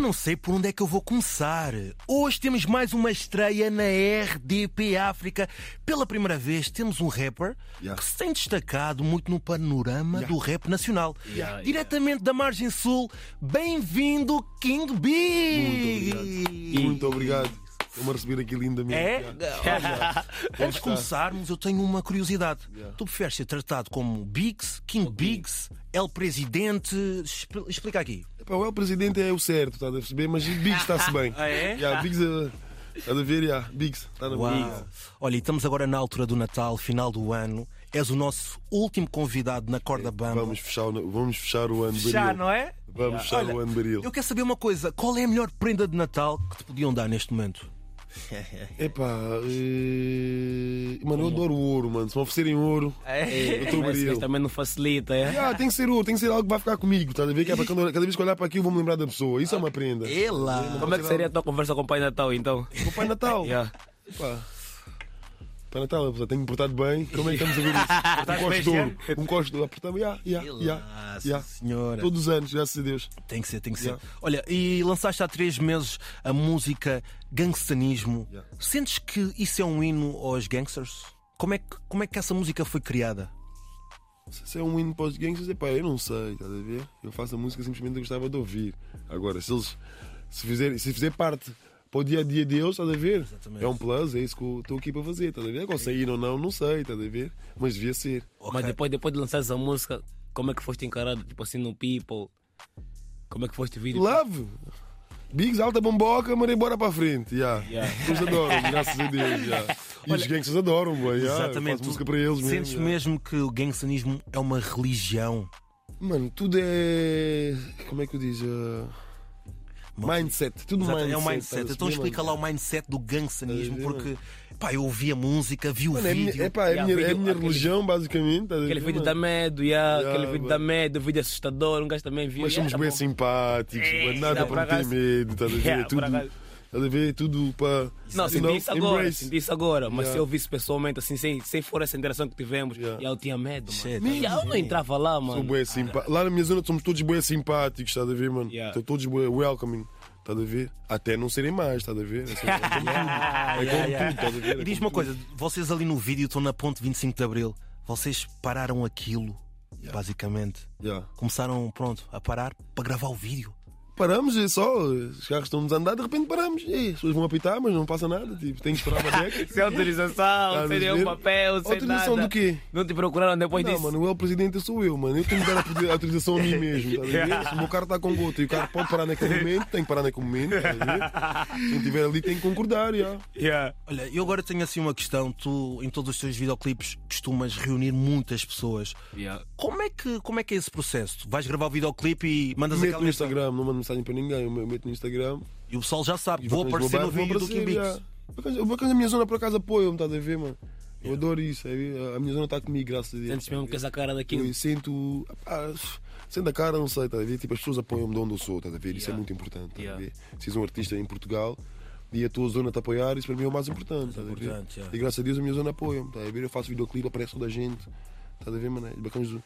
não sei por onde é que eu vou começar. Hoje temos mais uma estreia na RDP África. Pela primeira vez temos um rapper Yeah. que se tem destacado muito no panorama do rap nacional. Yeah, Diretamente da Margem Sul, bem-vindo King Big! Muito obrigado. Estou-me a receber aqui lindamente. É? Yeah. Antes de está. começarmos, eu tenho uma curiosidade. Yeah. Tu preferes ser tratado como Bigs, King Bigs, El Presidente? Expl- Explica aqui. Epá, o El Presidente é o certo, estás a perceber? Mas Biggs está-se bem. Ah, é? Yeah, Biggs, eh, estás a ver? Yeah, Biggs, está na Uau. boa. Olha, e estamos agora na altura do Natal, final do ano. És o nosso último convidado na corda bamba. É, Vamos fechar, o- vamos fechar o ano de Já, baril. não é? Vamos fechar Olha, o ano de baril. Eu quero saber uma coisa: qual é a melhor prenda de Natal que te podiam dar neste momento? Epá, eh, mano, eu adoro ouro, mano. Se me oferecerem ouro, É? eu estou Mas, baril. mas também não facilita, é? Yeah, tem que ser ouro, tem que ser algo que vai ficar comigo, estás a ver? Que é para quando- cada vez que olhar para aqui eu vou me lembrar da pessoa. Isso é uma prenda. Ela! Como é que seria a tua conversa com o Pai Natal, então? O Pai Natal. Yeah. Pá. Tá Para Natal, eu tenho-me portado bem. Como é que estamos a ver isso? Um bem este costo de ouro. Um costo de ouro. Apertamos, já, já, já, já. senhora. Todos os anos, graças a Deus. Tem que ser, tem que ser. Yeah. Olha, e lançaste há três meses a música Gangstanismo. Yeah. Sentes que isso é um hino aos gangsters? Como é que, como é que essa música foi criada? Se se é um hino para os gangsters, epá, eu não sei, estás a ver? Eu faço a música simplesmente que eu gostava de ouvir. Agora, se eles se fizer, se fizer parte para o dia a dia deles, estás a ver? Exatamente. É um plus, é isso que eu estou aqui para fazer, estás a ver? Agora, sair ou não, não sei, estás a ver? Mas devia ser. Mas depois, depois de lançar essa música, como é que foste encarado, tipo assim, no People? Como é que foste vídeo? Love! Bigs, alta bomboca, mandei embora para a frente. Yeah. Yeah. Eles adoram, graças a Deus. yeah. E os gangsters adoram, boy. Yeah. Eu faço Tu música para eles mesmo. Sentes yeah. mesmo que o gangstanismo é uma religião? Mano, tudo é. Como é que eu diz? Uh, Mindset. Tudo Exato, mindset. tá é um estás mindset. a Então perceber, explica lá mano? o mindset do gangstanismo, Estás a ver, porque pá, eu ouvi a música, vi o Mano, é, a minha- vídeo. epá, é a Yeah, minha, é a vídeo, minha aquele- religião, basicamente. tá estás a Aquele ver, vídeo mano? dá medo, yeah, Yeah, aquele vídeo mano. dá medo, vídeo assustador, um gajo também viu. Mas yeah, somos tá bem bom. simpáticos, É, mano, nada para dá por ter acaso. medo, estás a ver? Yeah, por tudo, acaso. estás a ver? É Tudo para. Não, assim, you know, senti isso agora, embrace. senti isso agora, mas Yeah. se eu visse pessoalmente, assim, sem, sem fora essa interação que tivemos, Yeah. yeah, eu tinha medo, mano. Shit, Yeah, eu não entrava lá, Sou mano. bué simpa- Lá na minha zona somos todos bué simpáticos, estás a ver, mano? Yeah. Estão todos bué welcoming, estás a ver? Até não serem mais, estás a ver? É sempre- é como tudo, é como tudo, estás a ver? É E diz-me como uma coisa: vocês ali no vídeo estão na ponte 25 de Abril, vocês pararam aquilo, basicamente. tudo. Yeah. Começaram, pronto, a parar para gravar o vídeo. Paramos, é só, os carros estão-nos a andar, de repente paramos. E as pessoas vão apitar, mas não passa nada, tipo, tem que esperar para a beca. Sem autorização, Estás a sem nenhum ver? papel, sem Autorização nada. do quê? Não te procuraram depois Não, disso? mano, o El Presidente sou eu, mano. Eu tenho que dar a autorização a mim mesmo, estás a ver? Se o meu carro está com gota e o carro pode parar naquele momento, tem que parar naquele momento, estás a ver? Quem estiver ali tem que concordar, já. Yeah. Olha, eu agora tenho assim uma questão: tu, em todos os teus videoclipes, costumas reunir muitas pessoas. Yeah. Como é que, como é, que é esse processo? Tu vais gravar o videoclipe e mandas Meto aquela no mensagem. Instagram, não mando mensagem para ninguém, eu meto no Instagram. E o pessoal já sabe, E vou vocês aparecer no vão vídeo do Kim aparecer, Bix. já. Por acaso- Por acaso a minha zona por acaso apoia-me, estás a ver, mano? Eu adoro isso, é, a minha zona está comigo, graças a Deus. Sentes mesmo que essa cara Eu daqui. sinto. ah, Sendo a cara, não sei, estás a ver? Tipo, as pessoas apoiam-me de onde eu sou, estás a ver? Isso é Yeah. muito importante, estás a Yeah. ver? Se és um artista em Portugal e a tua zona te apoiar, isso para mim é o mais importante, estás a ver? importante, yeah. E graças a Deus a minha zona apoia-me, estás a ver? Eu faço videoclipe, aparece toda a gente, estás a ver, mano? É Bacanas do-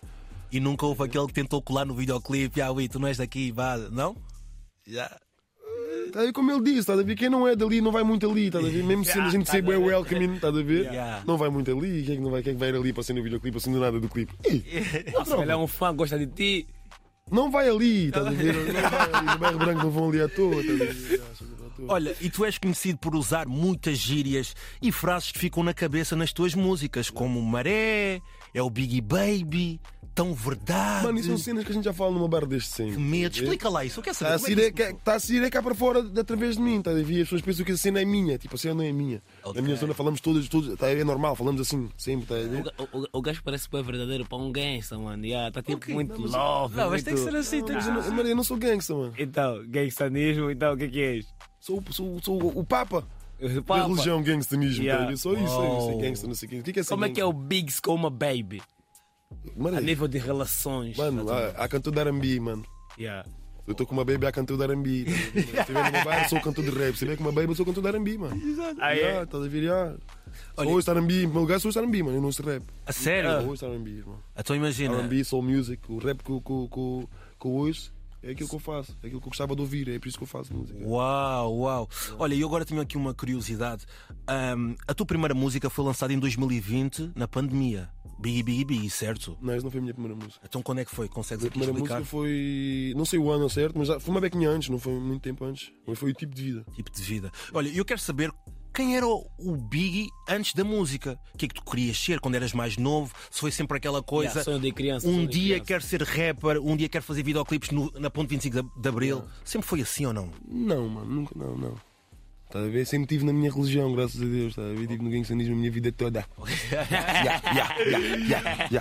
E nunca houve aquele que tentou colar no videoclipe, ah, ui, tu não és daqui, vá, não? Já. Tá, e como ele disse, estás a ver? Quem não é dali não vai muito ali, estás a ver? Mesmo Ah, se a gente ser bem welcoming, estás a ver? Yeah. Não vai muito ali, quem é que não vai, quem é que vai ir ali para ser no videoclipe, assim do nada do clipe? Ih, não, Se ele é troca. um fã, gosta de ti. não vai ali, estás a ver? Não vai ali, no bairro branco não vão ali à toa, estás a ver? Ah, só à toa. Olha, e tu és conhecido por usar muitas gírias e frases que ficam na cabeça nas tuas músicas, como maré, é o Biggie Baby, tão verdade. Mano, isso é são cenas que a gente já fala numa barra deste que sempre. medo. Explica lá isso, eu quero Está saber. como é a que sair isso- cá- tá a sair é cá para fora de- através de mim, tá a ver? E As pessoas pensam que a cena é minha, tipo, a cena não é minha. Ok. Na minha zona falamos todas, todas tá, é normal, falamos assim, sempre, tá a O, ver? ga- o, o- o gajo parece bem verdadeiro para um gangsta, mano. Yeah, tá tipo Ok, muito não, mas- love. Não, mas tem que muito- Ah. ser assim, tem que Mas ser eu não- Mano, eu não sou gangsta, mano. Então, gangstanismo, então o que é que és? Sou, o- sou, o- sou o- o Papa Eu- da Papa, religião gangstanismo, tá a ver? Yeah. Só isso, só isso, Uau. é gangsta, não sei o quê. O que é que é ser Como é que é o gangsta? Biggs com uma baby? Mano, A é- nível de relações. mano, há, há cantor de R&B, mano. Yeah. Eu estou com uma baby, há cantor de R&B. tá a ver, mano? Se tiver numa barra, sou cantor de rap. Se tiver com uma baby, eu sou cantor de R&B, mano. Ah, é? Yeah, estás a ver? Yeah. Só ouço R&B, meu lugar é sou ouço R&B, mano, eu não ouço rap. A sério? Eu ouço R&B, irmão. Ah. Então imagina, R&B, soul music, o rap que eu- que eu que eu- que eu ouço é aquilo que eu faço, é aquilo que eu gostava de ouvir, é por isso que eu faço música. Uau, uau. Olha, e agora tenho aqui uma curiosidade. Ahm, a tua primeira música foi lançada em 2020, na pandemia. Biggie, Biggie, Biggie, certo? Não, essa não foi a minha primeira música. Então quando é que foi? Consegues A aqui primeira explicar? música foi. não sei o ano certo, mas já- foi uma bequinha antes, não foi muito tempo antes. Mas foi o tipo de vida. Tipo de vida. Olha, eu quero saber quem era o o Biggie antes da música. O que é que tu querias ser quando eras mais novo? Se foi sempre aquela coisa. Yeah, sonho de criança. um sonho de dia criança. quer ser rapper, um dia quer fazer videoclipes no- na Ponte 25 de, de Abril. Sempre foi assim ou não? Não, mano, nunca, não, não. Estás Tá a ver? Sempre tive na minha religião, graças a Deus, estás a ver? Tive no gangstanismo a minha vida é toda. Ya, ya, ya, ya, ya.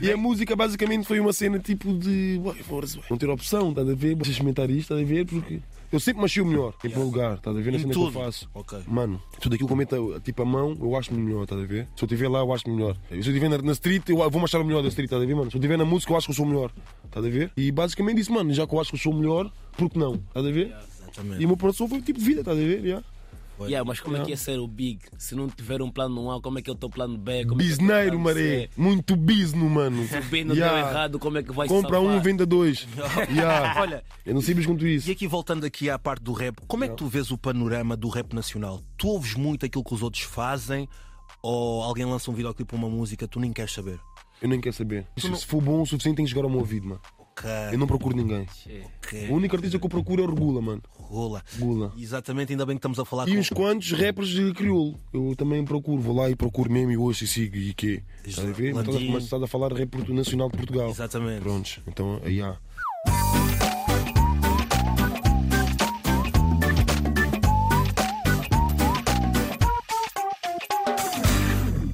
E a música basicamente foi uma cena tipo de. "Ué, força, ué, Não ter opção, estás a ver? Vou experimentar isto, estás a ver? Porque eu sempre me achei o melhor em primeiro lugar, estás a ver? Na Em cena que eu tudo. faço. Ok. Mano, tudo aquilo que eu meto tipo a mão, eu acho-me melhor, estás a ver? Se eu estiver lá, eu acho-me melhor. Se eu estiver na, na street, eu vou-me achar o melhor da street, estás a ver, mano? Se eu estiver na música, eu acho que eu sou o melhor, estás a ver? E basicamente isso, mano, já que eu acho que eu sou o melhor, por que não? Estás a ver? Exatamente. E o meu plano de som foi o tipo de vida, estás a ver? Yeah. Yeah, mas como é que ia ser o Big? Se não tiver um plano A, como é que é o teu plano B? Como é que é o teu Bisneiro, plano maré. C? Muito bisno, mano. Se o B não deu Yeah. errado, como é que vai Compra salvar? um, venda dois. É yeah. Olha, Eu não simples quanto isso. E aqui voltando aqui à parte do rap, como é que tu vês o panorama do rap nacional? Tu ouves muito aquilo que os outros fazem ou alguém lança um videoclipe ou uma música tu nem queres saber? Eu nem quero saber. Se, se for bom o suficiente, tem que chegar ao meu ouvido, mano. Ok, Eu não procuro ninguém. O ok, único artista que eu procuro é o Regula, mano. rola. Regula. Exatamente, ainda bem que estamos a falar E com uns quantos rappers de crioulo. Eu também procuro. Vou lá e procuro mesmo e ouço e sigo e quê. Estás a ver? Então, Mas estás a- Landim. mas estás a falar de rap portu- nacional de Portugal. Exatamente. Prontos. Então, aí há.